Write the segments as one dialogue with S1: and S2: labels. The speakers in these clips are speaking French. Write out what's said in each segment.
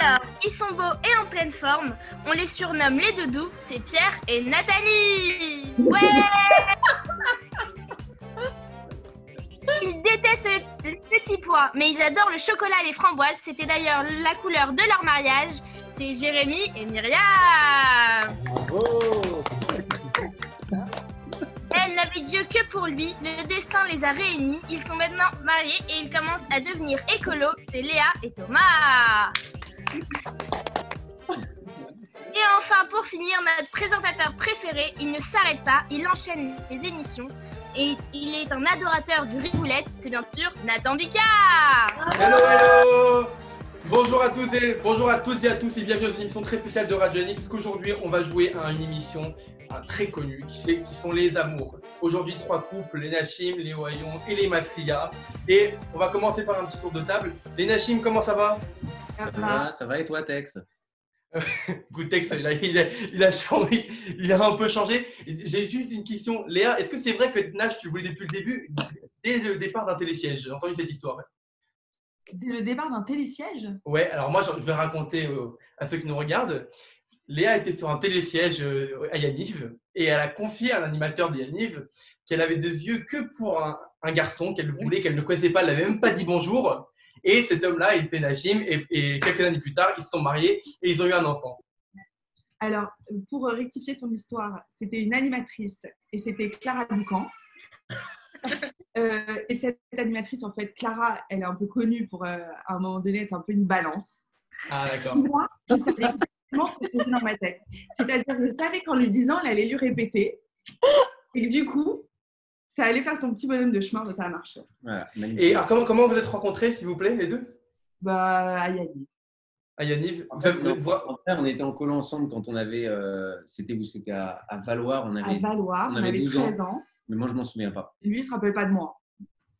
S1: Alors, ils sont beaux et en pleine forme. On les surnomme les doudous, c'est Pierre et Nathalie. Ouais Ils détestent le petit pois, mais ils adorent le chocolat et les framboises. C'était d'ailleurs la couleur de leur mariage. C'est Jérémy et Myriam.
S2: Oh,
S1: Elle n'avait Dieu que pour lui. Le destin les a réunis. Ils sont maintenant mariés et ils commencent à devenir écolo. C'est Léa et Thomas. Et enfin, pour finir, notre présentateur préféré, il ne s'arrête pas, il enchaîne les émissions et il est un adorateur du riboulette, c'est bien sûr Nathan Ducard
S3: Hello, hello Bonjour à toutes et bonjour à toutes et à tous et bienvenue dans une émission très spéciale de Radio Annie puisqu'aujourd'hui on va jouer à une émission euh, très connue qui, c'est- qui sont les amours. Aujourd'hui trois couples, les Nashim, les Oyon et les Massia. Et on va commencer par un petit tour de table. Les Nashim, comment ça va
S4: Ça
S2: va.
S4: va, ça va et toi, Tex
S3: Goutex, il a, il, a, il, a changé- il a un peu changé. J'ai juste une question. Léa, est-ce que c'est vrai que Nash, tu voulais depuis le début, dès le départ d'un télésiège J'ai entendu cette histoire.
S2: Dès le départ d'un télésiège
S3: Ouais, alors moi, je je vais raconter euh, à ceux qui nous regardent. Léa était sur un télésiège euh, à Yaniv et elle a confié à un animateur de Yaniv qu'elle avait deux yeux que pour un, un garçon qu'elle voulait, qu'elle ne connaissait pas, elle n'avait même pas dit bonjour. Et cet homme-là était Najim et, et quelques années plus tard, ils se sont mariés et ils ont eu un enfant.
S2: Alors, pour euh, rectifier ton histoire, c'était une animatrice et c'était Clara Ducan. Euh, et cette animatrice, en fait, Clara, elle est un peu connue pour, euh, à un moment donné, être un peu une balance.
S3: Ah d'accord.
S2: Moi, je savais exactement ce que c'était dans ma tête. C'est-à-dire que je savais qu'en lui disant, elle allait lui répéter. Et du coup, ça allait faire son petit bonhomme de chemin, mais ça a marché.
S4: Voilà, magnifique.
S3: Et alors, comment, comment vous êtes rencontrés, s'il vous plaît, les deux
S2: Bah, aïe, aïe.
S3: À Yaniv
S4: En
S3: vous
S4: fait,
S3: avez-
S4: non,
S3: vous-
S4: en fait, on était en colo ensemble quand on avait. euh, c'était où C'était à, à Valoir. On
S2: À
S4: avait,
S2: Valois,
S4: on
S2: on
S4: avait
S2: avait
S4: 12 ans.
S2: 13 ans.
S4: mais moi, je m'en souviens pas.
S2: Lui, il se rappelle pas de moi.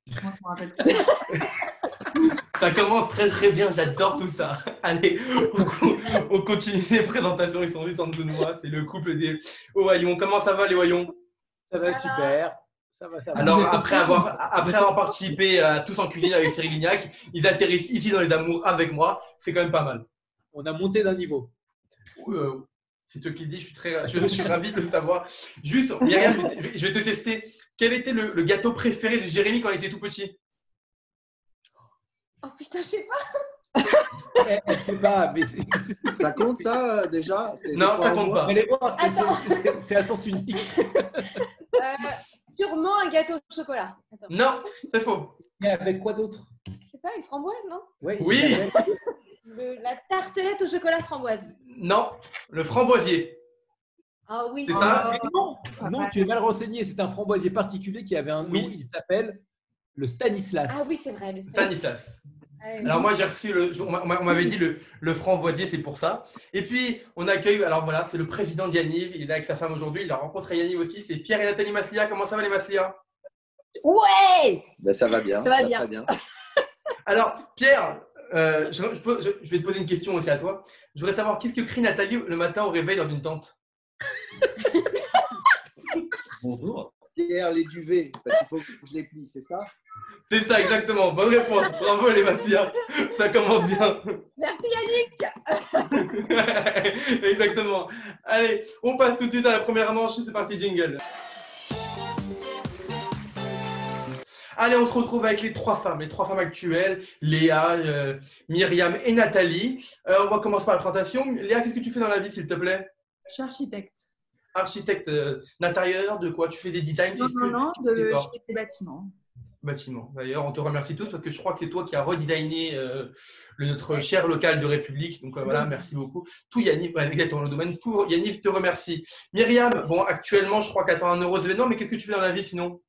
S2: Moi, je me rappelle pas.
S3: Ça commence très très bien, j'adore tout ça. Allez, on, co- on continue les présentations, ils sont juste en dessous de moi, c'est le couple des Ohaillons. Comment ça va les Ohaillons
S5: Ça va super. Ça va, ça va.
S3: Alors après avoir, après avoir participé à Tous en cuisine avec Cyril Lignac, ils atterrissent ici dans les amours avec moi, c'est quand même pas mal.
S5: on a monté d'un niveau.
S3: Euh, c'est toi qui le dis, je suis, très, je, je suis ravi de le savoir. Juste, Myriam, je vais- je vais te tester. Quel était le, le gâteau préféré de Jérémy quand il était tout petit
S6: Oh putain, je sais pas.
S5: Eh, eh, C'est pas. Mais c'est-
S7: Ça compte ça euh, déjà C'est des
S3: Non,
S7: fois
S3: ça
S7: en
S3: compte
S7: moins.
S3: pas.
S5: Allez voir, c'est-
S6: Attends.
S5: c'est- c'est- c'est à sens unique.
S6: Euh, sûrement un gâteau au chocolat. Attends.
S3: Non, c'est faux.
S5: Mais avec quoi d'autre
S6: Je sais pas, une framboise, non
S5: Ouais,
S3: Oui.
S5: il y avait-
S6: Le- La tartelette au chocolat framboise.
S3: Non, le framboisier.
S6: Ah oui.
S3: C'est
S2: Oh
S3: ça
S5: Mais Non, non, tu es mal renseigné. C'est un framboisier particulier qui avait un nom.
S3: Oui.
S5: Il s'appelle le Stanislas.
S6: Ah oui, c'est vrai. Le
S3: Stanislas.
S6: Ah oui.
S3: Alors moi j'ai reçu le, on m'a- on m'avait dit le, le framboisier, c'est pour ça. Et puis on accueille, alors voilà, c'est le président d'Yaniv, il est là avec sa femme aujourd'hui, il a rencontré Yaniv aussi, c'est Pierre et Nathalie Maslia. Comment ça va les Maslia
S6: Ouais
S7: Ben, ça va bien.
S6: Ça va bien.
S7: va bien.
S3: Alors Pierre, euh, je, je peux- je- je vais te poser une question aussi à toi. Je voudrais savoir qu'est-ce que crie Nathalie le matin au réveil dans une tente
S4: Bonjour.
S7: Pierre, les duvets, parce qu'il faut que je les plie, c'est ça
S3: C'est ça exactement, bonne réponse, bravo les Maslia, ça commence bien.
S6: Merci Yannick
S3: Exactement. Allez, on passe tout de suite à la première manche. C'est parti, jingle. Allez, on se retrouve avec les trois femmes, les trois femmes actuelles, Léa, euh, Myriam et Nathalie. Euh, on va commencer par la présentation. Léa, qu'est-ce que tu fais dans la vie, s'il te plaît
S2: Je suis architecte.
S3: Architecte euh, d'intérieur, de quoi Tu fais des designs
S2: Non,
S3: qu'est-ce
S2: non,
S3: que
S2: non,
S3: tu fais
S2: de,
S3: dans
S2: je fais des bâtiments.
S3: bâtiment. D'ailleurs, on te remercie tous parce que je crois que c'est toi qui as redesigné euh, le- notre cher local de République. Donc euh, voilà, merci beaucoup. Tout Yannick, ouais, exactement, le domaine, tout Yannick te remercie. Myriam, bon, actuellement, je crois qu'elle attend un euro de événement, mais qu'est-ce que tu fais dans la vie sinon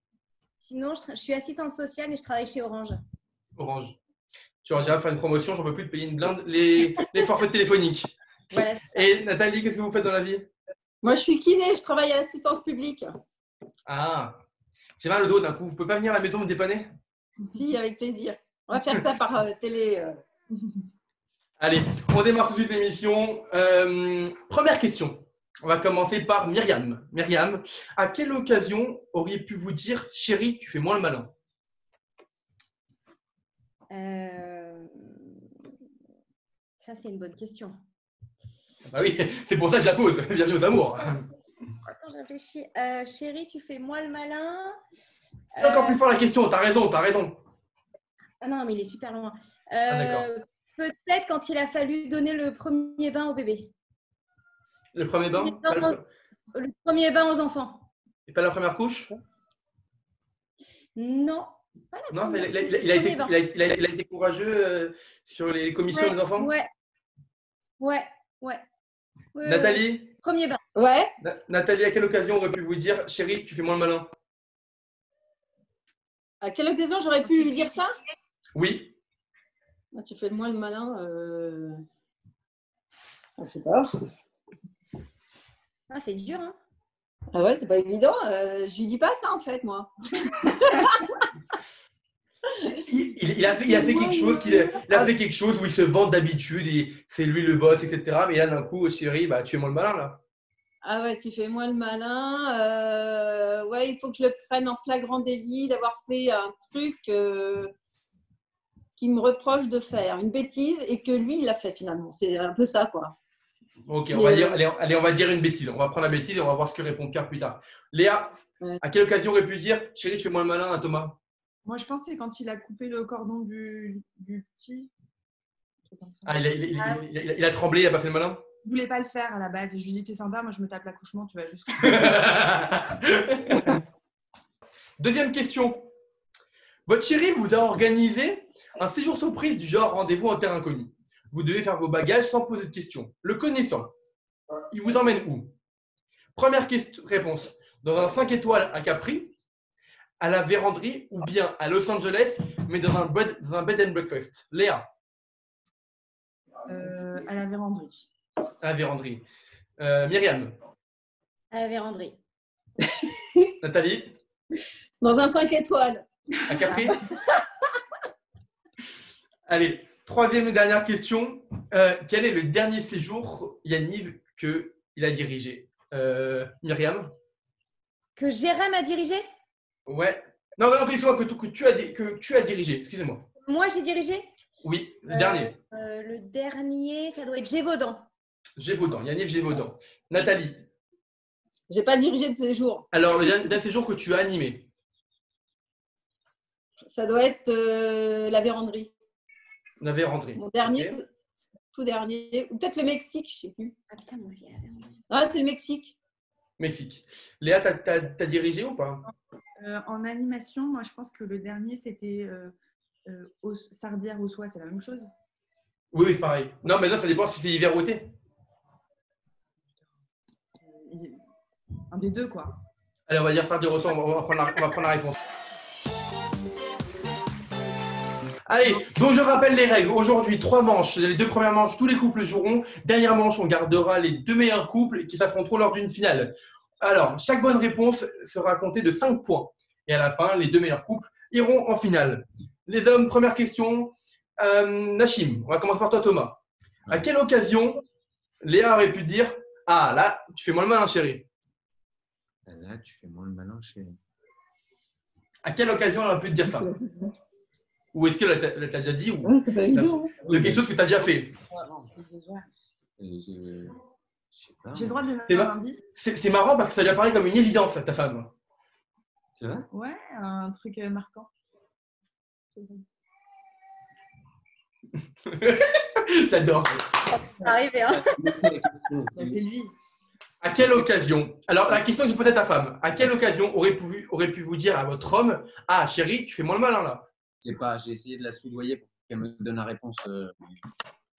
S6: Sinon, je, tra- je suis assistante sociale et je travaille chez Orange.
S3: Orange. Tu vois, j'ai hâte de faire une promotion, j'en peux plus de payer une blinde. Les, les forfaits téléphoniques.
S6: Voilà.
S3: Et Nathalie, qu'est-ce que vous faites dans la vie
S8: Moi, je suis kiné, je travaille à l'assistance publique.
S3: Ah, j'ai mal au dos d'un coup. Vous pouvez pas venir à la maison me dépanner
S8: Si, avec plaisir. On va faire ça par euh, télé. euh.
S3: Allez, on démarre tout de suite l'émission. Euh, première question. On va commencer par Myriam. Myriam, à quelle occasion auriez pu vous dire, chérie, tu fais moins le malin
S6: Euh,
S9: Ça, c'est une bonne question.
S3: Bah oui, c'est pour ça que je la pose. Bienvenue aux amours.
S9: Attends, je réfléchis. Euh, chérie, tu fais moi le malin.
S3: Fais Encore
S9: Euh,
S3: plus fort la question, t'as raison, t'as raison.
S6: Euh,
S9: Ah non, mais il est super loin.
S3: Ah, d'accord.
S9: Euh, Peut-être quand il a fallu donner le premier bain au bébé.
S3: Le premier bain
S9: Non,
S3: pas, le-
S9: Le premier bain aux enfants.
S3: et pas la première couche
S9: Non.
S3: Non, il a,
S9: première
S3: il a-
S9: couche,
S3: il a été,
S9: premier bain.
S3: il a- il a- il a été courageux euh, sur les commissions des enfants
S9: Ouais. Ouais. Ouais. Ouais, ouais.
S3: Nathalie
S9: Premier bain.
S8: Ouais.
S3: Na- Nathalie, à quelle occasion aurait pu vous dire Chérie, tu fais moins le malin
S8: À quelle occasion j'aurais pu lui dire ça
S3: Oui.
S8: Ah, Tu fais moi le malin. euh,
S7: Je sais pas.
S9: Ah, c'est dur. Hein.
S8: Ah ouais, c'est pas évident. euh, je lui dis pas ça en fait, moi.
S3: Il, il- il a, fait, il a fait quelque chose, qu'il a, il a fait quelque chose où il se vante d'habitude, et c'est lui le boss, etc. Mais là, d'un coup, chérie, bah, tu es moins le malin là.
S8: Ah ouais, tu fais moi le malin. euh, ouais, il faut que je le prenne en flagrant délit d'avoir fait un truc euh, qu'il me reproche de faire, une bêtise, et que lui, il l'a fait finalement. C'est un peu ça, quoi.
S3: Ok, on va
S8: Mais-
S3: dire, allez, on- allez, on va dire une bêtise. On va prendre la bêtise et on va voir ce que répond Pierre plus tard. Léa,
S8: Ouais.
S3: à quelle occasion aurait pu dire Chérie, tu fais moins le malin à Thomas
S2: Moi, je pensais quand il a coupé le cordon du, du petit.
S3: Ah, il a, il a- il a-
S2: Ah
S3: il a- il a- il a tremblé, il a pas fait le malin
S2: Je voulais pas le faire à la base. Et je lui dis, t'es sympa, moi je me tape l'accouchement, tu vas juste.
S3: Deuxième question. Votre chérie vous a organisé un séjour surprise du genre rendez-vous en terre inconnue. Vous devez faire vos bagages sans poser de questions. Le connaissant, il vous emmène où Première question- réponse. Dans un 5 étoiles à Capri, à la Véranderie ou bien à Los Angeles, mais dans un bed, dans un bed and breakfast. Léa,
S2: Euh, à la véranderie.
S3: à la Véranderie. Euh, Myriam,
S9: À la véranderie.
S3: Nathalie,
S8: Dans un 5 étoiles.
S3: à Capri. Allez, troisième et dernière question. Euh, quel est le dernier séjour, Yanniv, qu'il a dirigé Euh, Myriam
S9: Que Jérém a dirigé
S3: Ouais. Non, non, excuse-moi, que, tu- que tu as, di- que tu as dirigé. Excusez-moi.
S9: Moi, j'ai dirigé
S3: Oui, le
S9: Euh,
S3: dernier.
S9: euh, Le dernier, ça doit être Gévaudan.
S3: Gévaudan. Yanniv Gévaudan. Nathalie,
S8: J'ai pas dirigé de séjour.
S3: alors le dernier, dernier séjour que tu as animé
S8: Ça doit être euh, la véranderie.
S3: On avait rentré.
S8: Mon dernier,
S3: Ok.
S8: tout, tout dernier. Ou peut-être le Mexique, je sais plus.
S9: Ah putain, moi, j'ai la véranderie.
S8: Ah, c'est le Mexique.
S3: Mexique. Léa, t'as t'as- t'as dirigé ou pas
S2: Euh, en animation, moi je pense que le dernier c'était euh, euh, au- Sardière ou Soie, c'est la même chose.
S3: Oui, oui, c'est pareil. Non, mais là, ça dépend si c'est hiver ou été.
S2: Euh, il- Un des deux quoi.
S3: Allez, on va dire ça de retour, on va prendre la, on va prendre la réponse. Allez, donc je rappelle les règles. Aujourd'hui, trois manches. Les deux premières manches, tous les couples joueront. Dernière manche, on gardera les deux meilleurs couples qui s'affronteront lors d'une finale. Alors, chaque bonne réponse sera comptée de 5 points. Et à la fin, les deux meilleurs couples iront en finale. Les hommes, première question. Euh, Nashim, on va commencer par toi, Thomas. À quelle occasion Léa aurait pu dire Ah, là, tu fais moins le malin, chérie
S4: Ah, Là, tu fais moins le malin, chérie.
S3: À quelle occasion elle aurait pu te dire ça Ou est-ce que elle t'a elle t'a déjà dit ou
S8: C'est pas
S3: évident, de quelque chose que tu as déjà fait
S4: Je- je- je sais pas.
S2: J'ai le droit de le mettre
S3: C'est
S2: un
S3: vrai
S2: indice
S3: C'est c'est marrant parce que ça lui apparaît comme une évidence à ta femme.
S4: C'est vrai
S2: Ouais, un truc euh, marquant.
S3: J'adore.
S9: Arrivé, hein.
S4: C'est la question.
S2: Ça, C'est lui.
S3: À quelle occasion Alors la question que j'ai posée à ta femme, à quelle occasion aurait pu, aurait pu vous dire à votre homme Ah chérie, tu fais moins le malin là
S4: Je sais pas, j'ai essayé de la soudoyer pour qu'elle me donne la réponse. euh,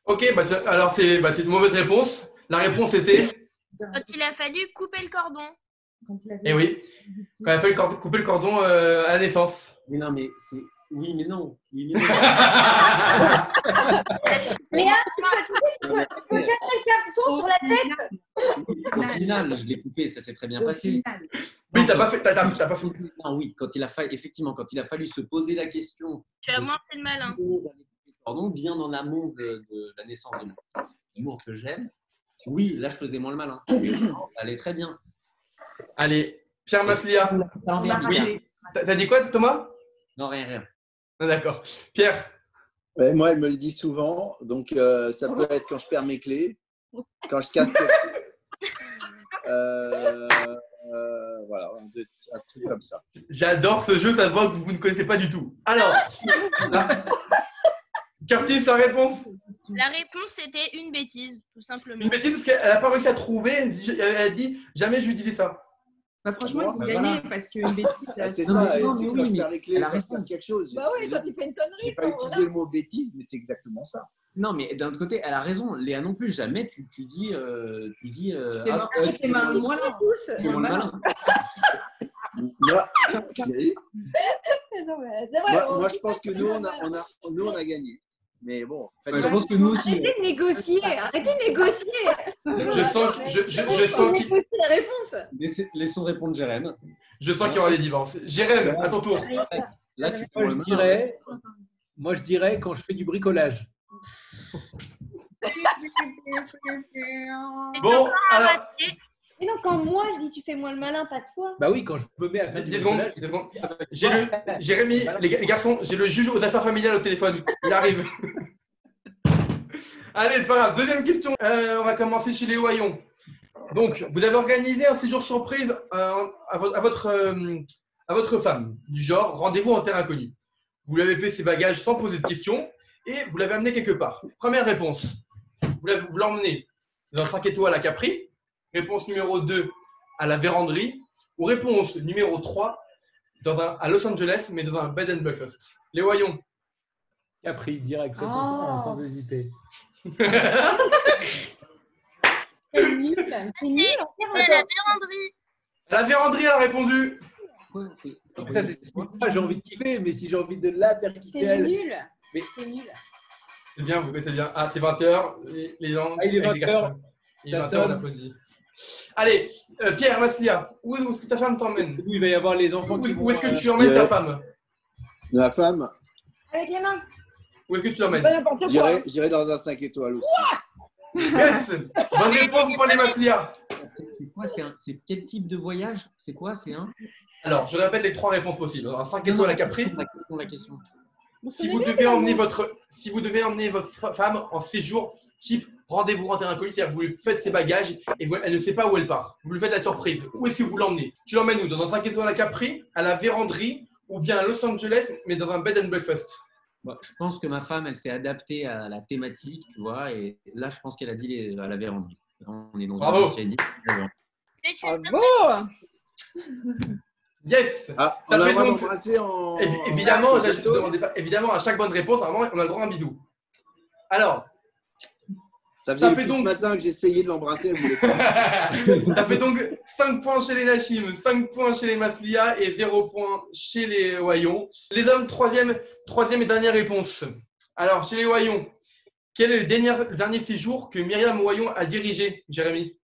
S3: Ok, bah, tu- alors c'est bah, c'est une mauvaise réponse. La réponse était
S1: Quand il a fallu couper le cordon.
S2: Quand il a fait
S3: Eh oui,
S2: le petit-
S3: quand il a fallu cor- couper le cordon euh, à la naissance.
S5: Mais non, mais c'est. Oui, mais non. Oui, mais non.
S1: Léa,
S8: carton sur la tête.
S4: Au final, je l'ai coupé, ça s'est très bien
S2: Au
S4: passé.
S9: Ah,
S2: final.
S3: Oui, t'as pas fait. t'as- t'as- t'as pas fait-
S4: Non, oui, quand il a fallu, effectivement, quand il a fallu se poser la question,
S1: tu as moins fait le malin.
S4: pardon, bien en amont de, de la naissance de mon l'amour que j'aime, oui, là, je faisais moins le malin. Et ça allait très bien.
S3: Allez, Pierre Maslia,
S4: Non,
S2: On l'a
S4: rien, rien.
S2: raté.
S3: t'as t'as dit quoi Thomas
S4: Non, rien, rien.
S3: Ah, D'accord. Pierre,
S10: Ouais, Ben, moi, elle me le dit souvent. Donc, euh, ça peut être quand je perds mes clés, quand je casse quelque chose. Euh, euh, voilà, un, deux- un truc comme ça.
S3: J'adore ce jeu, ça se voit que vous ne connaissez pas du tout. Alors, la- Curtis, la réponse
S1: La réponse c'était une bêtise, tout simplement.
S3: Une bêtise parce qu'elle n'a pas réussi à trouver. Elle dit- elle a dit Jamais je lui disais ça.
S2: Bah, franchement,
S10: Ah bon
S2: ils ont
S10: Bah,
S2: gagné
S10: voilà.
S2: parce que une bêtise,
S10: Ah, c'est
S5: Non,
S10: ça,
S5: mais
S10: et
S5: non,
S10: c'est
S5: mais
S10: quand
S5: oui,
S10: je
S5: mais
S10: perds les clés,
S5: elle a
S10: quand je
S5: raison.
S10: passe quelque chose.
S6: Bah oui, quand tu fais une connerie.
S10: J'ai pas
S6: quoi.
S10: utilisé le mot bêtise, mais c'est exactement ça.
S4: Non, mais d'un autre côté, elle a raison. Léa non plus, jamais tu, tu dis. euh, tu dis. euh,
S2: c'est
S4: ah,
S2: marrant,
S4: euh,
S2: c'est
S4: tu-
S2: mal- moi, là.
S4: tu fais moins le malin.
S10: Moi, Thierry,
S6: Non, mais C'est vrai.
S10: moi,
S6: on-
S10: moi, je pense que nous, on a, on a, nous, on a gagné. Mais bon, en fait,
S4: Ouais, je pense que nous aussi. euh,
S9: Arrêtez de négocier, arrêtez de
S3: Ah,
S9: négocier.
S3: Je sens, que- je, je, je
S9: On
S3: sens qu'il
S9: négocie la réponse.
S4: laissez- Laissons répondre Jérém.
S3: je sens qu'il y aura des divorces. Jérém, à ton tour.
S4: Là, tu fais moins
S5: Moi,
S4: le
S5: je
S4: malin.
S5: dirais, moi, je dirais quand je fais du bricolage.
S3: Bon,
S1: Ah,
S3: alors,
S1: bah,
S9: Mais non, quand moi je dis tu fais moi le malin, pas toi.
S5: Bah oui, quand je me mets à faire du
S3: des secondes.
S5: bricolage.
S3: des secondes. J'ai le, Jérémy, les ga- les garçons, j'ai le juge aux affaires familiales au téléphone. Il arrive. Allez, c'est pas grave. Deuxième question. Euh, on va commencer chez les Wayon. Donc, vous avez organisé un séjour surprise euh, à, vo- à votre, euh, à votre femme, du genre rendez-vous en terre inconnue. Vous lui avez fait ses bagages sans poser de questions et vous l'avez amené quelque part. Première réponse, vous l'avez- vous l'emmenez dans 5 étoiles à Capri. Réponse numéro 2, à la véranderie. Ou réponse numéro 3, dans un, à Los Angeles, mais dans un bed and breakfast. Les voyons.
S5: Capri, direct, réponse
S6: Ah.
S5: un, sans hésiter.
S6: C'est nul. C'est nul. on perd un
S1: C'est la
S6: temps.
S1: véranderie.
S3: la véranderie a répondu.
S4: Quoi, c'est-
S5: Ça, c'est si moi j'ai envie de kiffer, mais si j'ai envie de la faire kiffer,
S6: C'est
S5: elle.
S6: nul.
S5: Mais-
S6: C'est nul.
S3: C'est bien, vous connaissez bien. Ah, c'est 20h. Les, les gens.
S5: Ah, il est
S3: avec les
S5: 20
S3: garçons.
S5: heures.
S3: Il est
S5: Ça
S3: 20 heures, on
S5: sonne.
S3: applaudit. Allez, euh, Pierre Maslia, où, où est-ce que ta femme t'emmène
S5: Où il va y avoir les enfants
S3: où,
S5: qui
S3: où est-ce
S5: vont,
S3: que
S5: euh,
S3: tu emmènes ta
S10: Ouais.
S3: femme
S10: la femme,
S6: Avec les mains.
S3: Où est-ce que tu
S7: C'est
S3: l'emmènes
S7: Pas n'importe quoi.
S10: j'irai j'irai dans un 5 étoiles aussi.
S3: Yes Bonne réponse pour les Maslia.
S4: C'est c'est quoi C'est un- c'est quel type de voyage C'est quoi C'est un.
S3: Alors, je répète les trois réponses possibles. Un
S4: Non,
S3: 5
S4: non,
S3: étoiles à Capri.
S4: La question, la question.
S3: Si vous, devez emmener votre, si vous devez emmener votre fa- femme en séjour type rendez-vous en terrain inconnu, c'est-à-dire vous lui faites ses bagages et vous- elle ne sait pas où elle part. Vous lui faites la surprise. Où est-ce que vous l'emmenez Tu l'emmènes où Dans un 5 étoiles à Capri, à la véranderie ou bien à Los Angeles, mais dans un bed and breakfast
S4: Bon, je pense que ma femme, elle s'est adaptée à la thématique, tu vois. Et là, je pense qu'elle a dit les, à la véranderie. On est dans
S3: Bravo.
S4: un océanique.
S1: C'est
S3: ah
S1: une
S7: Bravo
S3: Yes
S10: Ah,
S3: Ça
S10: on a
S3: fait
S10: le droit
S3: donc-
S10: d'embrasser en.
S3: Évi- Évidemment,
S10: en-
S3: je- je demandais pas- évidemment, à chaque bonne réponse, normalement, on a le droit à un bisou. Alors,
S10: Ça faisait
S3: Ça fait
S10: depuis
S3: donc-
S10: ce matin que j'essayais de l'embrasser. elle voulait pas.
S3: Ça fait donc 5 points chez les Nashim, 5 points chez les Maslia et 0 points chez les Wayons. Les hommes, troisième, troisième et dernière réponse. Alors, chez les Wayons, quel est le dernier, le dernier séjour que Myriam Wayon a dirigé, Jérémy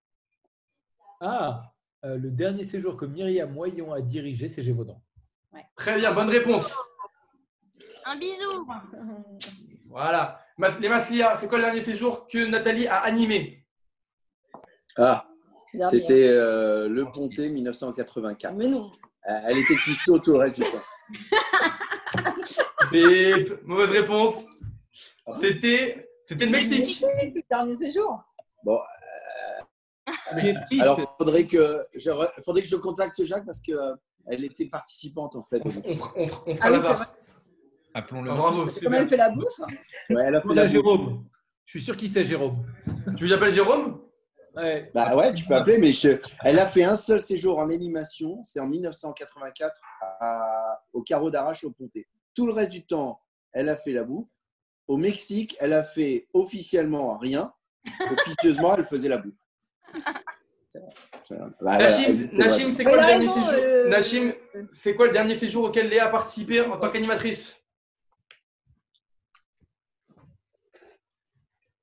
S5: Ah, euh, le dernier séjour que Myriam Moyon a dirigé, c'est Gévaudan.
S3: Très bien, bonne réponse.
S1: Un bisou.
S3: Voilà. Mas- Les Maslia, c'est quoi le dernier séjour que Nathalie a animé
S10: Ah,
S7: Dernière.
S10: c'était euh, Le Ponté 1984.
S6: Mais non.
S10: Euh, Elle était cuissot tout le reste du temps.
S3: Bip. Mauvaise réponse. C'était c'était le Mexique.
S6: C'est le dernier séjour.
S10: Alors, il faudrait que, je, re- faudrait que je contacte Jacques parce qu'elle était participante en fait. au
S3: On, f- on
S10: meeting.
S3: f- on f- on fera
S6: Ah oui,
S3: la
S6: c'est
S3: barre.
S4: Appelons-le.
S3: Ah, bravo. c'est
S6: Quand même
S3: bien.
S6: fait la bouffe.
S10: Ouais, elle a fait
S5: Voilà
S10: la
S5: Jérôme. Je suis sûr qu'il sait Jérôme.
S3: Tu veux appelles Jérôme
S5: Ouais.
S10: Bah ouais, tu peux appeler, mais je- elle a fait un seul séjour en animation, c'est en 1984 à- au Carreau d'Arrache au Ponté. Tout le reste du temps, elle a fait la bouffe. Au Mexique, elle a fait officiellement rien. Officieusement, elle faisait la bouffe. Bah, voilà, elle
S3: Nachim,
S10: était
S3: Nachim,
S10: bonne.
S3: c'est quoi,
S8: Ah
S6: Elle
S3: le
S6: a
S3: dernier
S6: raison,
S3: séjour
S6: euh,
S3: Nachim, c'est quoi le dernier séjour auquel Léa a participé en tant qu'animatrice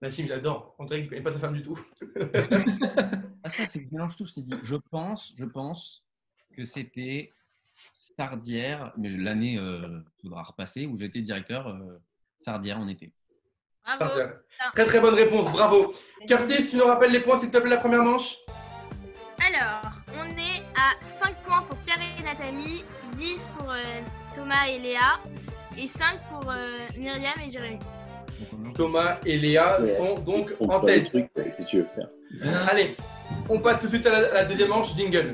S3: Nachim, j'adore. On dirait qu'il ne connaît pas sa femme du tout.
S4: Ah, ça, c'est que je mélange tout. Je t'ai dit, je pense, je pense que c'était Sardière, mais l'année euh, faudra repasser, où j'étais directeur euh, Sardière en été.
S1: Bravo.
S3: Très très bonne réponse, bravo. Curtis, tu nous rappelles les points s'il te plaît la première manche
S1: Alors, on est à 5 points pour Pierre et Nathalie, 10 pour euh, Thomas et Léa, et 5 pour euh, Myriam et Jérémy.
S3: Thomas et Léa sont donc
S10: On
S3: en
S10: voit les
S3: tête.
S10: trucs, euh, que tu veux faire.
S3: Hein Allez, on passe tout de suite à la, à la deuxième manche, jingle.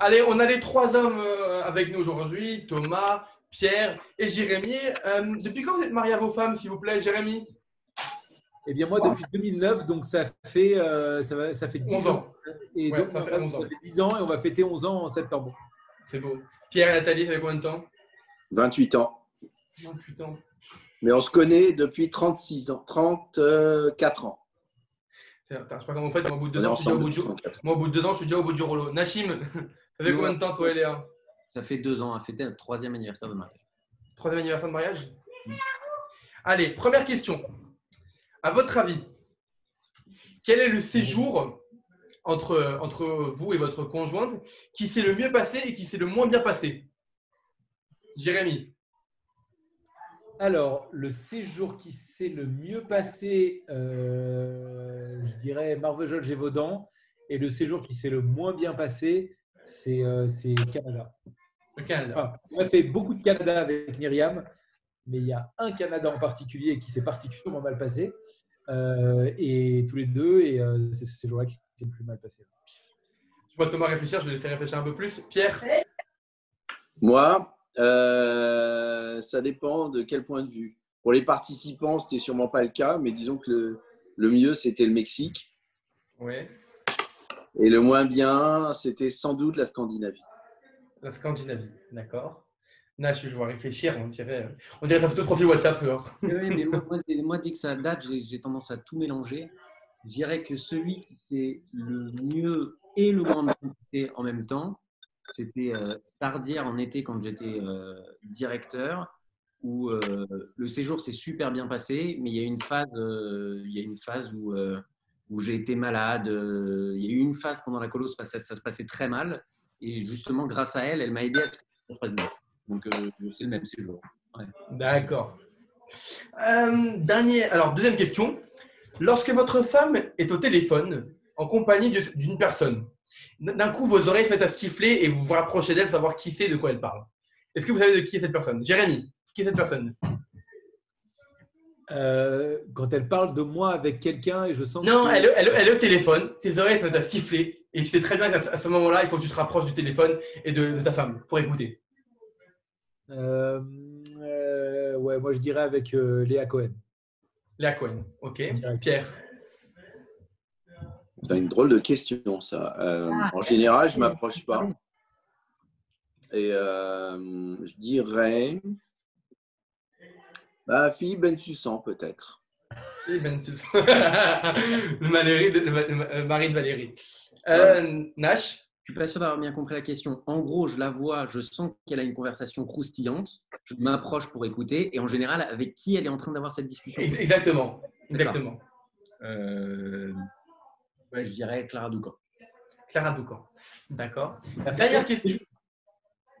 S3: Allez, on a les trois hommes euh, avec nous aujourd'hui, Thomas, Pierre et Jérémy. Euh, depuis quand vous êtes mariés à vos femmes, s'il vous plaît, Jérémy
S5: Eh bien, moi, depuis 2009, donc ça fait, euh, ça, va- ça fait 10
S3: 11
S5: ans.
S3: ans.
S5: Et
S3: Ouais,
S5: donc,
S3: ça
S5: ça
S3: fait
S5: fait
S3: 11 ans.
S5: 10 ans et on va fêter 11 ans en septembre.
S3: C'est beau. Pierre et Nathalie, ça fait combien de temps
S10: 28 ans.
S3: 28 ans.
S10: Mais on se connaît depuis 36 ans, 34 ans.
S3: C'est- putain, Je sais pas comment vous faites, moi, au bout de
S10: On
S3: deux
S10: est
S3: ans, je suis déjà au
S10: ensemble
S3: bout du-
S10: depuis 34
S3: moi, au bout de deux ans, je suis déjà au bout du rouleau. Nashim, ça fait
S4: Ouais.
S3: combien de temps, toi et Léa
S4: Ça fait deux ans à fêter le troisième anniversaire de mariage.
S3: Troisième anniversaire de mariage Allez, première question. À votre avis, quel est le séjour entre, entre vous et votre conjointe qui s'est le mieux passé et qui s'est le moins bien passé Jérémy,
S5: Alors, le séjour qui s'est le mieux passé, euh, je dirais marvejols gévaudan Et le séjour qui s'est le moins bien passé, c'est euh, c'est Canada.
S3: le Canada.
S5: Enfin, on a fait beaucoup de Canada avec Myriam, mais il y a un Canada en particulier qui s'est particulièrement mal passé. euh, et tous les deux, et euh, c'est ce séjour-là qui s'est le plus mal passé.
S3: Je vois Thomas réfléchir, je vais le laisser réfléchir un peu plus. Pierre,
S10: Moi, euh, ça dépend de quel point de vue. Pour les participants, c'était sûrement pas le cas, mais disons que le, le mieux, c'était le Mexique.
S3: ouais,
S10: Et le moins bien, c'était sans doute la Scandinavie.
S3: la Scandinavie, d'accord. Nash, je vois réfléchir, on dirait, on dirait sa photo de profil WhatsApp. hein. alors.
S4: Mais oui, mais moi, moi, dès- moi, dès que ça date, j'ai j'ai tendance à tout mélanger. Je dirais que celui qui s'est le mieux et le moins bien passé en même temps, c'était euh, Tardière en été quand j'étais euh, directeur, où euh, le séjour s'est super bien passé, mais il y a eu une phase, euh, il y a eu une phase où, euh, où j'ai été malade. euh, il y a eu une phase pendant la colo, ça, se passait- ça se passait très mal. Et justement, grâce à elle, elle m'a aidé à ce que ça se passe bien. Donc, euh, c'est le même séjour.
S3: D'accord. Euh, dernier, alors deuxième question. Lorsque votre femme est au téléphone en compagnie de- d'une personne, d'un coup vos oreilles se mettent à siffler et vous vous rapprochez d'elle, savoir qui c'est, de quoi elle parle. Est-ce que vous savez de qui est cette personne Jérémy, qui est cette personne
S5: Euh, quand elle parle de moi avec quelqu'un et je sens
S3: Non,
S5: que-
S3: elle, elle- elle est au téléphone, tes oreilles se mettent à siffler et tu sais très bien qu'à ce- à ce moment-là, il faut que tu te rapproches du téléphone et de, de ta femme pour écouter.
S5: Euh, euh, ouais, moi je dirais avec euh, Léa Cohen.
S3: Léa Cohen, ok. Pierre,
S10: C'est une drôle de question, ça. Euh, en général, je m'approche pas. Et euh, je dirais bah, Philippe Bensussan, peut-être.
S3: et Ben Susan. le, malheureux de- le ma- le ma- le mari de Valérie. Euh, Nash
S4: Je suis pas sûr d'avoir bien compris la question. En gros, je la vois, je sens qu'elle a une conversation croustillante, je m'approche pour écouter, et en général, avec qui elle est en train d'avoir cette discussion
S3: Ex- Exactement,
S4: D'accord.
S3: exactement.
S4: Euh, ouais, Je dirais Clara Doucan.
S3: Clara Doucan. D'accord.
S5: La
S3: Dernière
S5: fameuse,
S3: question.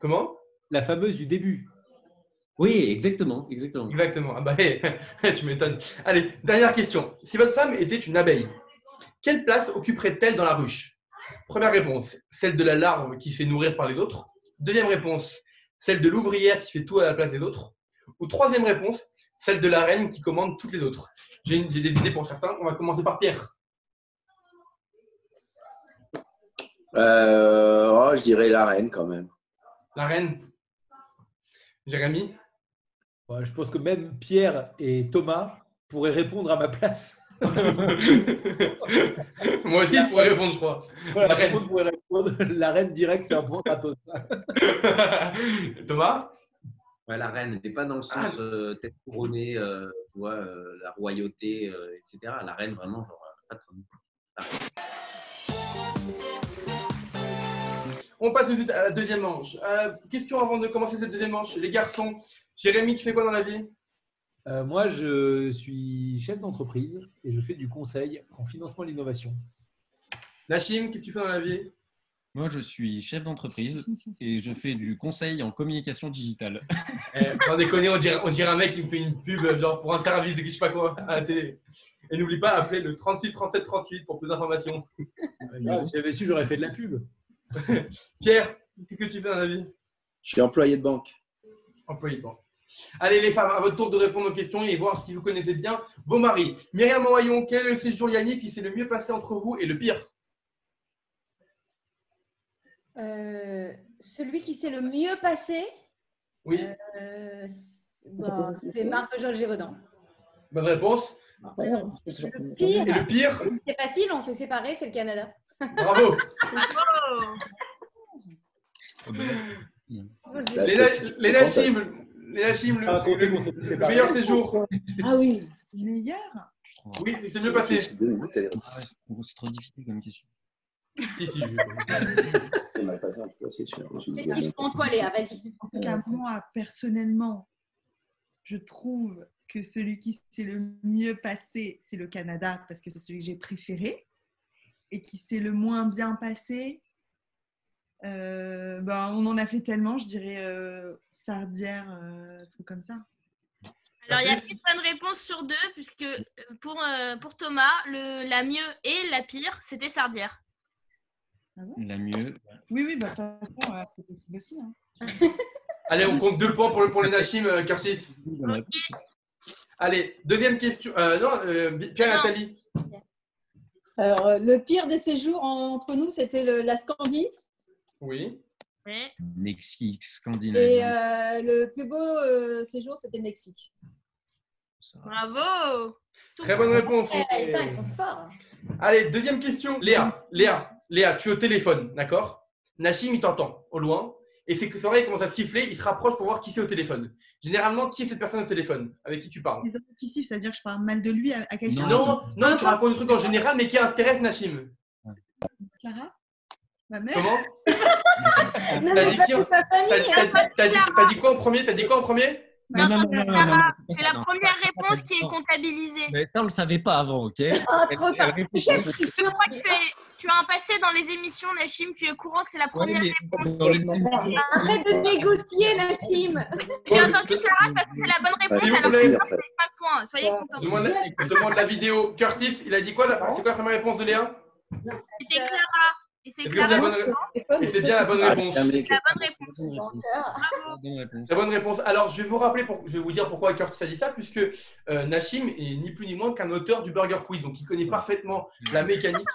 S3: Comment
S5: la fameuse du début.
S4: Oui, exactement, exactement.
S3: Exactement. Ah bah, hé, tu m'étonnes. Allez, dernière question. Si votre femme était une abeille, quelle place occuperait-elle dans la ruche Première réponse, celle de la larve qui se fait nourrir par les autres. Deuxième réponse, celle de l'ouvrière qui fait tout à la place des autres. Ou troisième réponse, celle de la reine qui commande toutes les autres. J'ai une- j'ai des idées pour certains. On va commencer par Pierre.
S10: Euh, oh, je dirais la reine quand même.
S3: La reine. Jérémy.
S5: Ouais, je pense que même Pierre et Thomas pourraient répondre à ma place.
S3: Moi aussi, je pourrais répondre, je crois. La
S5: Voilà, la,
S3: reine.
S5: reine. pourrait répondre. la reine directe, c'est un point gratos.
S3: Thomas
S4: Ouais, la reine, elle n'est pas dans le sens euh, tête couronnée, euh, tu vois, euh, la royauté, euh, etc. La reine, vraiment, genre, euh, pas trop.
S3: On passe tout de suite à la deuxième manche. Euh, question avant de commencer cette deuxième manche. Les garçons, Jérémy, tu fais quoi dans la vie
S5: Euh, moi, je suis chef d'entreprise et je fais du conseil en financement de l'innovation.
S3: Nashim, qu'est-ce que tu fais dans la vie
S4: Moi, je suis chef d'entreprise et je fais du conseil en communication digitale.
S3: eh, Sans déconner, on dirait, on dirait un mec qui me fait une pub euh, genre pour un service de je sais pas quoi à la télé. Et n'oublie pas, appeler le 36 37 38 pour plus d'informations.
S5: Ah, si j'avais su, j'aurais fait de la pub.
S3: Pierre, qu'est-ce que tu fais dans la vie
S10: Je suis employé de banque.
S3: Employé de banque. Allez les femmes, à votre tour de répondre aux questions et voir si vous connaissez bien vos maris. Myriam Moyon, quel est le séjour Yannick qui s'est le mieux passé entre vous et le pire
S9: Euh, celui qui s'est le mieux passé,
S3: Oui,
S9: euh, c'est- bah, c'est Marc-Jean Gévaudan.
S3: bonne réponse.
S9: Le
S3: Et le pire,
S9: c'est facile, on s'est séparés, c'est le Canada.
S3: bravo.
S4: Oh.
S9: Ça, c'est-
S3: Les les Nachim, les Nachim, le, le- le meilleur séjour.
S2: Ah oui. Meilleur
S3: Oui, c'est mieux passé.
S10: C'est deux minutes, elle est
S4: Ah ouais, c'est- c'est trop difficile comme question.
S3: Si, si.
S10: On a passé un peu, c'est sûr. Je me
S9: Qu'est-ce
S10: dis,
S9: qui se prend, toi, Léa Vas-y.
S2: En tout cas, moi, personnellement, je trouve que celui qui s'est le mieux passé, c'est le Canada, parce que c'est celui que j'ai préféré. Et qui s'est le moins bien passé, euh, ben, on en a fait tellement, je dirais euh, Sardière, euh, truc comme ça.
S1: Alors, il y a six bonnes réponses sur deux, puisque euh, pour, euh, pour Thomas, le, la mieux et la pire, c'était Sardière.
S4: La mieux.
S2: Oui, oui, bah, de toute façon, euh, c'est possible aussi. hein.
S3: Allez, on compte deux points pour, le- pour les Nachim, euh, Karchis.
S4: Ah.
S3: Allez, deuxième question. Euh, non, euh, Pierre et Nathalie.
S8: Alors, euh, le pire des séjours en- entre nous, c'était le- la Scandie.
S3: Oui.
S4: Mexique,
S3: Mmh.
S8: Et
S4: Scandinavie.
S8: euh, le plus beau euh, séjour, c'était le Mexique.
S1: Bravo
S3: Très bonne réponse.
S9: Eh, putain, ils sont forts.
S3: Allez, deuxième question. Léa, Léa, Léa, tu es au téléphone, d'accord Nachim, il t'entend au loin. Et c'est que son oreille commence à siffler, il se rapproche pour voir qui c'est au téléphone. Généralement, qui est cette personne au téléphone avec qui tu parles
S2: Les intuitifs, ça veut dire que je parle mal de lui à, à quelqu'un.
S3: Non, non, tu racontes des trucs en général, mais qui intéresse Nachim.
S2: Clara Ma mère
S3: Comment
S9: Non,
S3: T'as
S9: mais
S3: dit
S9: pas
S3: qui
S9: toute ta
S3: T'as
S9: famille. hein.
S3: t'as- t'as dit, t'as dit quoi en premier T'as dit quoi en premier
S4: Non, non, non, non, non, non, non, pas
S1: C'est
S4: ça,
S1: la
S4: non.
S1: première réponse qui est comptabilisée.
S4: Mais ça, on le savait pas avant, ok
S1: Oh,
S9: Ah,
S4: Elle-
S9: trop
S4: elle
S9: tard.
S4: réfléchissait peut-être.
S1: Je crois que tu, es- tu as un passé dans les émissions, Nachim, tu es au courant que c'est la
S4: Ouais,
S1: première
S4: mais
S1: réponse.
S4: dans les-
S9: Arrête de négocier, Nachim.
S1: Bien entendu, Clara, parce que Bah, c'est la bonne réponse,
S3: S'il vous
S1: alors
S3: plaît.
S1: c'est 5 points. Soyez contents.
S3: je demande, je demande la vidéo. Curtis, il a dit quoi la- C'est quoi la première réponse de Léa
S1: C'était Clara. Et c'est
S3: Est-ce que c'est la
S1: Clara
S3: bonne,
S1: qui
S3: ré- et c'est bien la
S10: Ah,
S3: bonne réponse
S1: a la bonne réponse.
S4: Bonne réponse.
S3: La bonne réponse. Alors, je vais vous rappeler, pour- je vais vous dire pourquoi Curtis a dit ça, puisque euh, Nashim est ni plus ni moins qu'un auteur du Burger Quiz, donc il connaît parfaitement la mécanique.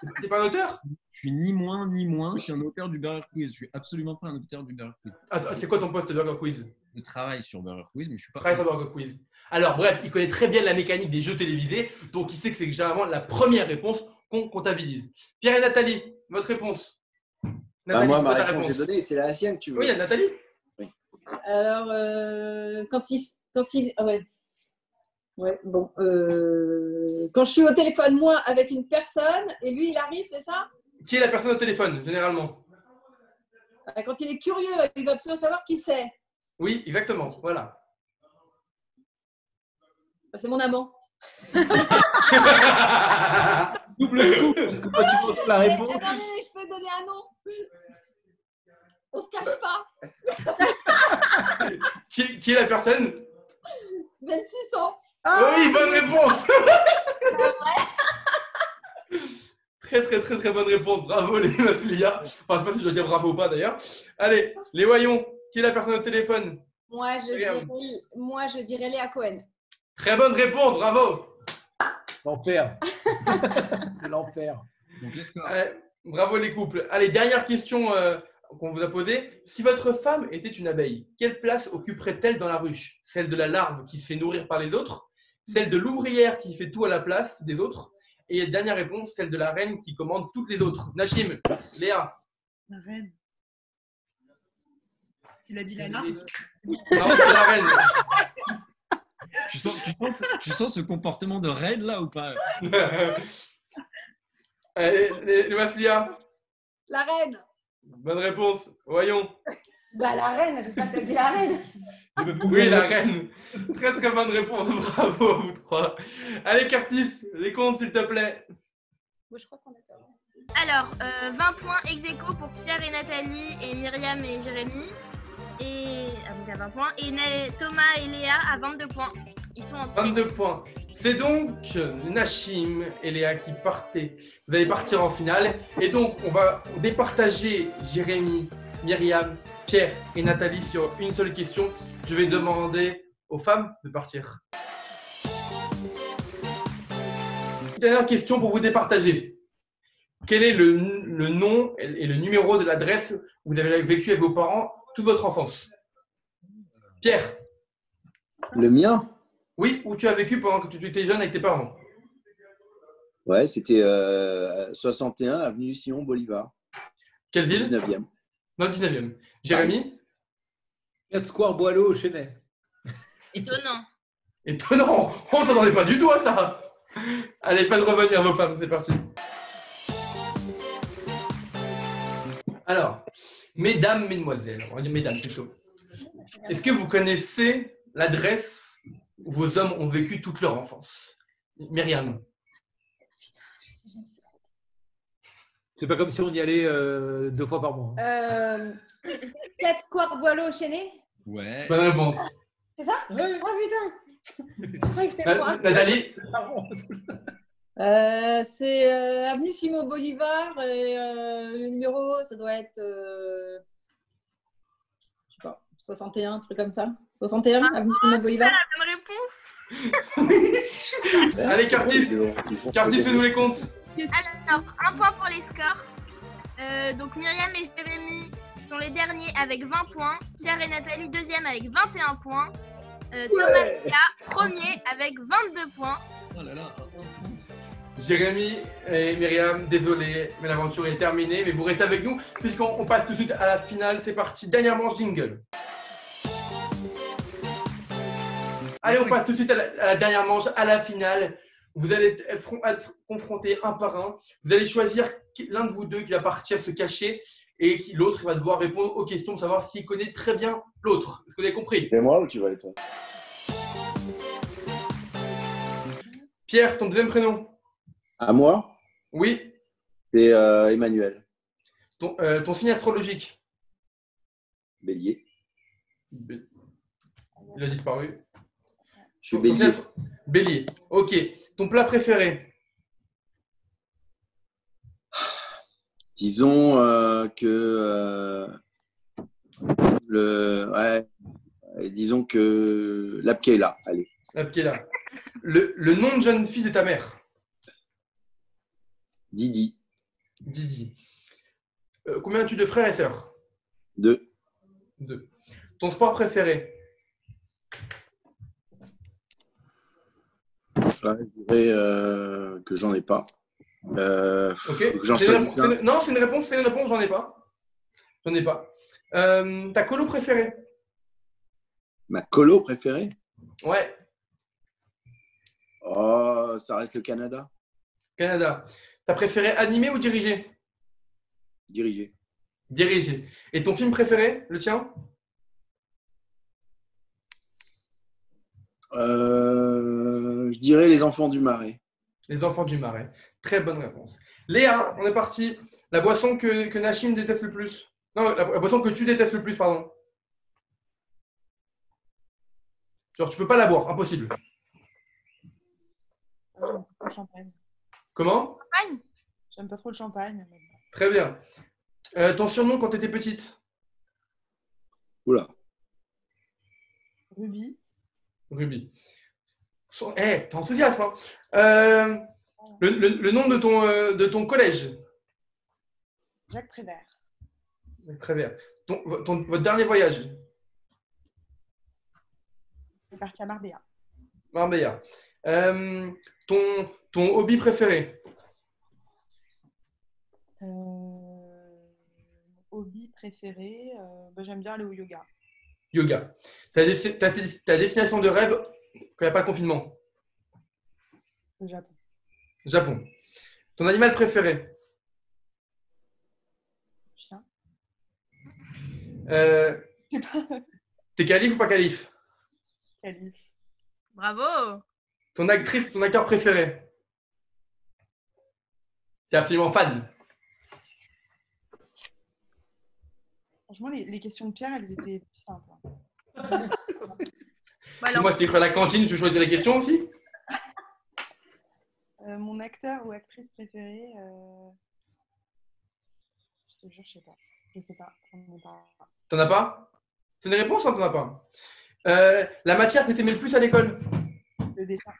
S3: C'est- C'est pas un auteur
S4: Je suis ni moins ni moins qu'un auteur du Burger Quiz. Je suis absolument pas un auteur du Burger Quiz.
S3: Attends, c'est quoi ton poste de Burger Quiz
S4: Je travaille sur Burger Quiz, mais je suis pas.
S3: Travaille sur Burger Quiz. Alors, bref, il connaît très bien la mécanique des jeux télévisés, donc il sait que c'est généralement la première réponse qu'on comptabilise. Pierre et Nathalie, votre réponse
S10: Bah, moi,
S3: c'est
S10: ma
S3: quoi ta
S10: réponse, j'ai donné, c'est la sienne que tu veux.
S3: Oui, Nathalie
S8: Alors, euh, quand il. Quand il ah ouais. Ouais, bon. euh, quand je suis au téléphone, moi, avec une personne, et lui, il arrive, c'est ça
S3: Qui est la personne au téléphone, généralement
S8: Ah, Quand il est curieux, il veut absolument savoir qui c'est.
S3: Oui, exactement, voilà.
S8: Ah, C'est mon amant.
S5: Double scoop, parce que toi, tu penses la
S8: Eh,
S5: réponse.
S8: attendez, je peux donner un nom. On se cache pas.
S3: qui, qui est la personne
S8: Même 600.
S3: Oui, bonne réponse Très très très très bonne réponse. Bravo les meufs Lia. Enfin, je sais pas si je dois dire bravo ou pas d'ailleurs. Allez, les voyons. Qui est la personne au téléphone
S9: Moi, je
S3: Regarde.
S9: dirais, moi, je dirais Léa Cohen.
S3: Très bonne réponse, bravo.
S5: L'enfer. L'enfer.
S4: Donc, let's go.
S3: Allez, bravo les couples. Allez, dernière question euh, qu'on vous a posée. Si votre femme était une abeille, quelle place occuperait-elle dans la ruche Celle de la larve qui se fait nourrir par les autres Celle de l'ouvrière qui fait tout à la place des autres Et dernière réponse, celle de la reine qui commande toutes les autres. Nachim, Léa.
S2: La reine. Il a dit la larme.
S3: Non, c'est la reine.
S4: Tu, sens, tu, sens, ce- tu sens ce comportement de raid là ou pas
S3: Allez, les- les Maslia,
S8: La reine.
S3: bonne réponse. Voyons.
S9: Bah, la reine, j'espère que t'as dit la reine.
S3: Oui, la reine. Très très bonne réponse. Bravo à vous trois. Allez, Curtis, les comptes, s'il te plaît.
S9: Moi, je crois qu'on a perdu.
S1: Alors, euh, 20 points ex aequo pour Pierre et Nathalie et Myriam et Jérémy. Et ah, vous avez 20 points. Et Na- Thomas et Léa à 22 points. Ils sont en tête.
S3: 22 points. C'est donc Nashim et Léa qui partaient. Vous allez partir en finale. Et donc, on va départager Jérémy Myriam, Pierre et Nathalie sur une seule question. Je vais demander aux femmes de partir. Dernière question pour vous départager. Quel est le, le nom et le numéro de l'adresse où vous avez vécu avec vos parents toute votre enfance Pierre,
S10: Le mien
S3: oui, où tu as vécu pendant que tu étais jeune avec tes parents
S10: Ouais, c'était euh, 61 avenue Sion Bolivar,
S3: Quelle ville
S10: 19e.
S3: Dans le 19e. Jérémy
S5: 4 Square Boileau au Chenet.
S1: Étonnant.
S3: Étonnant On s'attendait pas du tout à ça Allez, pas de revenir, vos femmes, c'est parti. Alors, mesdames, mesdemoiselles, on va dire mesdames plutôt, est-ce que vous connaissez l'adresse où vos hommes ont vécu toute leur enfance Myriam,
S5: C'est pas comme si on y allait euh, deux fois par mois. hein.
S9: Euh, 4 square Boileau au Chenet
S4: Ouais.
S3: bonne réponse.
S9: C'est ça
S5: Ouais.
S9: Oh putain Je croyais que c'était moi.
S3: Na- Nathalie,
S8: Euh, c'est euh, Avenue Simon Bolivar et euh, le numéro, ça doit être euh, je sais pas, 61, un truc comme ça. 61, Avenue Simon Bolivar.
S1: Bonne réponse.
S3: Allez, Curtis. Curtis, fais-nous les comptes.
S1: Alors, un point pour les scores. Euh, donc Myriam et Jérémy sont les derniers avec 20 points. Pierre et Nathalie, deuxième avec 21 points. Euh, Thomas et Léa, premier avec 22 points.
S4: Oh là là.
S3: Jérémy et Myriam, désolé, mais l'aventure est terminée, mais vous restez avec nous puisqu'on on passe tout de suite à la finale. C'est parti, dernière manche jingle. Allez, on passe tout de suite à la, à la dernière manche, à la finale. Vous allez être, être confrontés un par un. Vous allez choisir qui- l'un de vous deux qui va partir se cacher et qui l'autre va devoir répondre aux questions pour savoir s'il connaît très bien l'autre. Est-ce que vous avez compris
S10: C'est moi ou tu vas aller toi
S3: Pierre, ton deuxième prénom
S10: À moi,
S3: Oui.
S10: c'est euh, Emmanuel
S3: Ton, euh, ton signe astrologique
S10: Bélier.
S3: Il a disparu.
S10: Je suis
S3: Ton- ton
S10: Bélier.
S3: fiasco- Bélier. Ok. Ton plat préféré
S10: Disons euh, que euh, le ouais, euh, disons que l'apké est là. Allez,
S3: La Pkela. Le, le nom de jeune fille de ta mère
S10: Didi
S3: Didi. Euh, combien as-tu de frères et sœurs
S10: de
S3: Deux. Ton sport préféré
S10: ouais, je dirais, euh, que j'en ai pas. Euh,
S3: Ok.
S10: Faut que j'en
S3: C'est une réponse-
S10: choisisse un.
S3: c'est une- Non, c'est une réponse. C'est une réponse. J'en ai pas. J'en ai pas. Euh, ta colo préférée
S10: ma colo préférée,
S3: Ouais.
S10: oh, ça reste le Canada.
S3: Canada. Ta préférée animée ou dirigée
S10: Dirigé.
S3: Dirigée. Et ton film préféré Le tien
S10: Euh, je dirais les enfants du marais.
S3: Les enfants du marais. Très bonne réponse. Léa, on est parti. La boisson que, que Nashim déteste le plus. Non, la, la boisson que tu détestes le plus, pardon. Genre, tu peux pas la boire, impossible.
S2: Ah, J'aime pas le champagne.
S3: Comment
S1: Champagne
S2: J'aime pas trop le champagne. mais bon.
S3: Très bien. Euh, ton surnom quand tu étais petite
S10: Oula.
S2: Ruby.
S3: Ruby. So- Eh, t'es enthousiaste, hein Euh, le, le- le nom de ton, euh, de ton collège
S2: Jacques Prévert.
S3: Très bien. Ton- ton- votre dernier voyage
S2: Je suis partie à Marbella.
S3: Marbella. Euh, ton, ton hobby préféré
S2: Euh, mon hobby préféré, euh, bah, j'aime bien aller au yoga.
S3: yoga. Ta, desti- ta- ta destination de rêve quand il n'y a pas le confinement
S2: au Japon.
S3: Japon. Ton animal préféré
S2: Chien.
S3: euh, T'es calife ou pas calife
S2: Calife.
S1: Bravo.
S3: Ton actrice ou ton acteur préféré T'es absolument fan.
S2: Franchement, les, les questions de Pierre, elles étaient plus simples. hein.
S1: Bon,
S3: C'est
S1: Bah, alors,
S3: Moi qui suis à la cantine, je choisis la question aussi.
S2: Euh, mon acteur ou actrice préférée, euh, je te jure, je sais pas.
S11: Je sais pas. j'en ai pas.
S3: T'en as pas C'est une réponse ou t'en as pas Euh, La matière que t'aimais le plus à l'école
S11: Le dessin.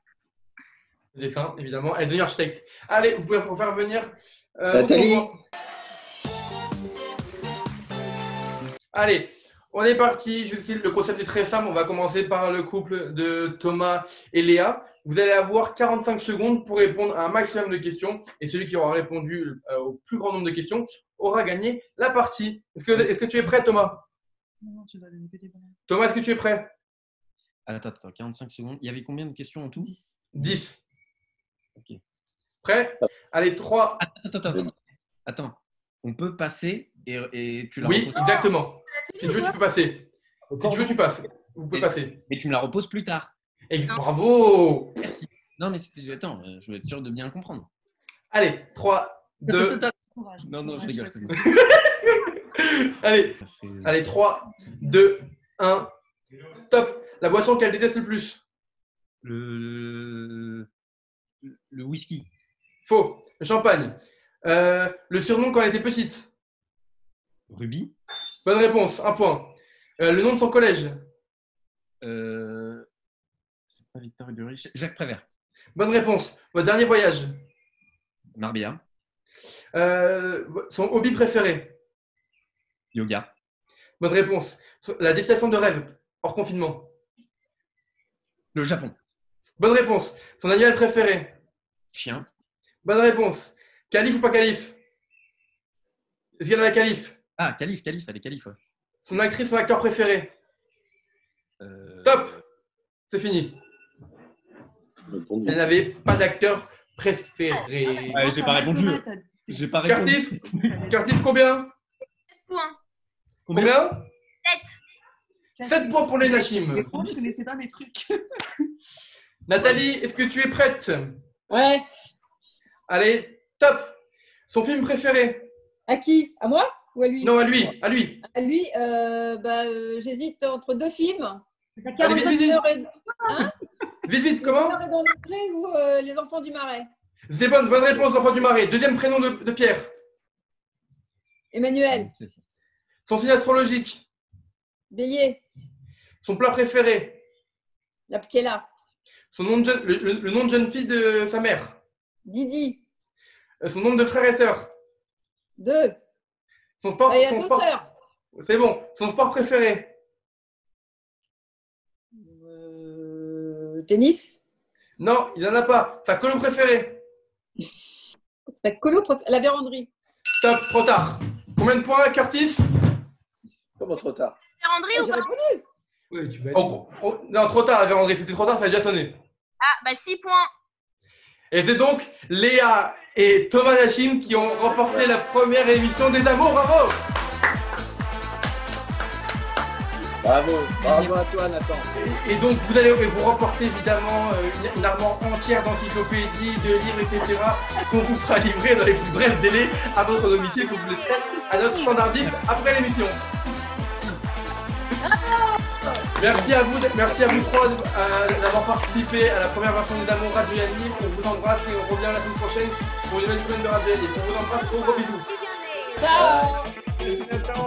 S3: Le dessin, évidemment. Elle devient architecte. Allez, vous pouvez faire venir. euh,
S10: Nathalie.
S3: au moment. Allez, on est parti. Justine, le concept est très simple. On va commencer par le couple de Thomas et Léa. Vous allez avoir 45 secondes pour répondre à un maximum de questions. Et celui qui aura répondu euh, au plus grand nombre de questions aura gagné la partie. Est-ce que, est-ce que tu es prêt, Thomas
S2: Non, non, tu dois donner que des bonnes.
S3: Thomas, est-ce que tu es prêt
S4: Attends, attends, 45 secondes. Il y avait combien de questions en tout
S3: 10. Prêt Allez, 3.
S4: Attends, attends, attends. Attends. On peut passer et, et tu la
S3: Oui,
S4: reposes.
S3: exactement. Si tu veux, tu peux passer. Si tu veux, tu passes. Vous pouvez passer.
S4: Mais tu me la reposes plus tard.
S3: Et bravo
S4: Merci. Non, mais c'était- attends, euh, je veux être sûr de bien comprendre.
S3: Allez, 3, 2.
S4: Attends, attends, attends. Non, non, Ah, je rigole. c'est bon. euh,
S3: Allez, allez, 3, 2, 1. Top. La boisson qu'elle déteste le plus
S4: Le... le whisky.
S3: Faux. Le champagne. Euh, le surnom quand elle était petite
S4: Ruby.
S3: Bonne réponse, un point. Euh, le nom de son collège
S4: Euh, C'est pas Victor Hugo Riche. Jacques Prévert.
S3: Bonne réponse. Votre dernier voyage
S4: Marbella.
S3: Euh, Son hobby préféré
S4: Yoga.
S3: Bonne réponse. La destination de rêve hors confinement
S4: Le Japon.
S3: Bonne réponse. Son animal préféré
S4: Chien.
S3: Bonne réponse. Calife ou pas calife Est-ce qu'il y en a un calife
S4: Ah, Calif, Calif, elle est Calif. ouais.
S3: Son actrice ou acteur préféré
S4: Euh,
S3: Top C'est fini. Elle n'avait pas d'acteur préféré.
S4: Ouais, j'ai pas répondu. J'ai pas répondu.
S3: Curtis Curtis, combien
S1: Point.
S3: Combien
S1: Sept.
S3: 7 points pour les Nashim.
S2: Franchement, je connaissais pas mes trucs.
S3: Nathalie, est-ce que tu es prête
S6: Ouais.
S3: Allez, top Son film préféré
S6: À qui À moi Ou à lui
S3: Non, à lui, à lui.
S6: À lui, euh, bah, euh, j'hésite entre deux films. La
S3: Allez, vite, vite,
S6: heures et...
S3: Vite, vite, comment
S6: Heures et dans le pré ou euh, Les Enfants du Marais
S3: C'est bonne, bonne réponse, l'enfant du marais. Deuxième prénom de, de Pierre.
S6: Emmanuel,
S3: Son signe astrologique.
S6: Bélier,
S3: Son plat préféré.
S6: la Pkela,
S3: Son nom de jeune- le, le- le nom de jeune fille de sa mère.
S6: Didi,
S3: Euh, Son nombre de frères et sœurs.
S6: deux.
S3: Son sport.
S6: Ah, il y a
S3: son
S6: deux
S3: sport-
S6: sœurs.
S3: C'est bon. Son sport préféré.
S6: Euh, tennis.
S3: Non, il n'en a pas. Sa colo préférée.
S6: C'est ta colo, préf- la véranderie.
S3: Top, trop tard. Combien de points, Curtis
S10: Comment trop tard
S1: André ou
S6: J'ai
S1: pas
S6: répondu.
S5: Oui, tu vas
S3: En Oh, gros- en- Non, trop tard, la véranderie. C'était trop tard, ça a déjà sonné.
S1: Ah, bah 6 points.
S3: Et c'est donc Léa et Thomas Lachine qui ont remporté la première émission des Amours. Bravo
S10: Bravo, bravo à toi, Nathan.
S3: Et donc, vous allez vous remporter évidemment euh, une- une armoire entière d'encyclopédies, de livres, etc. qu'on vous fera livrer dans les plus brefs délais à votre domicile, comme vous l'espère, à notre standardiste après l'émission. Merci à vous, merci à vous trois de- à- d'avoir participé à la première version des Amours Radio Yannick. On vous embrasse et on revient la semaine prochaine pour une nouvelle semaine de Radio Yannick. On vous embrasse, gros gros bisous.
S1: Fusionner.
S6: Ciao.
S3: Ciao.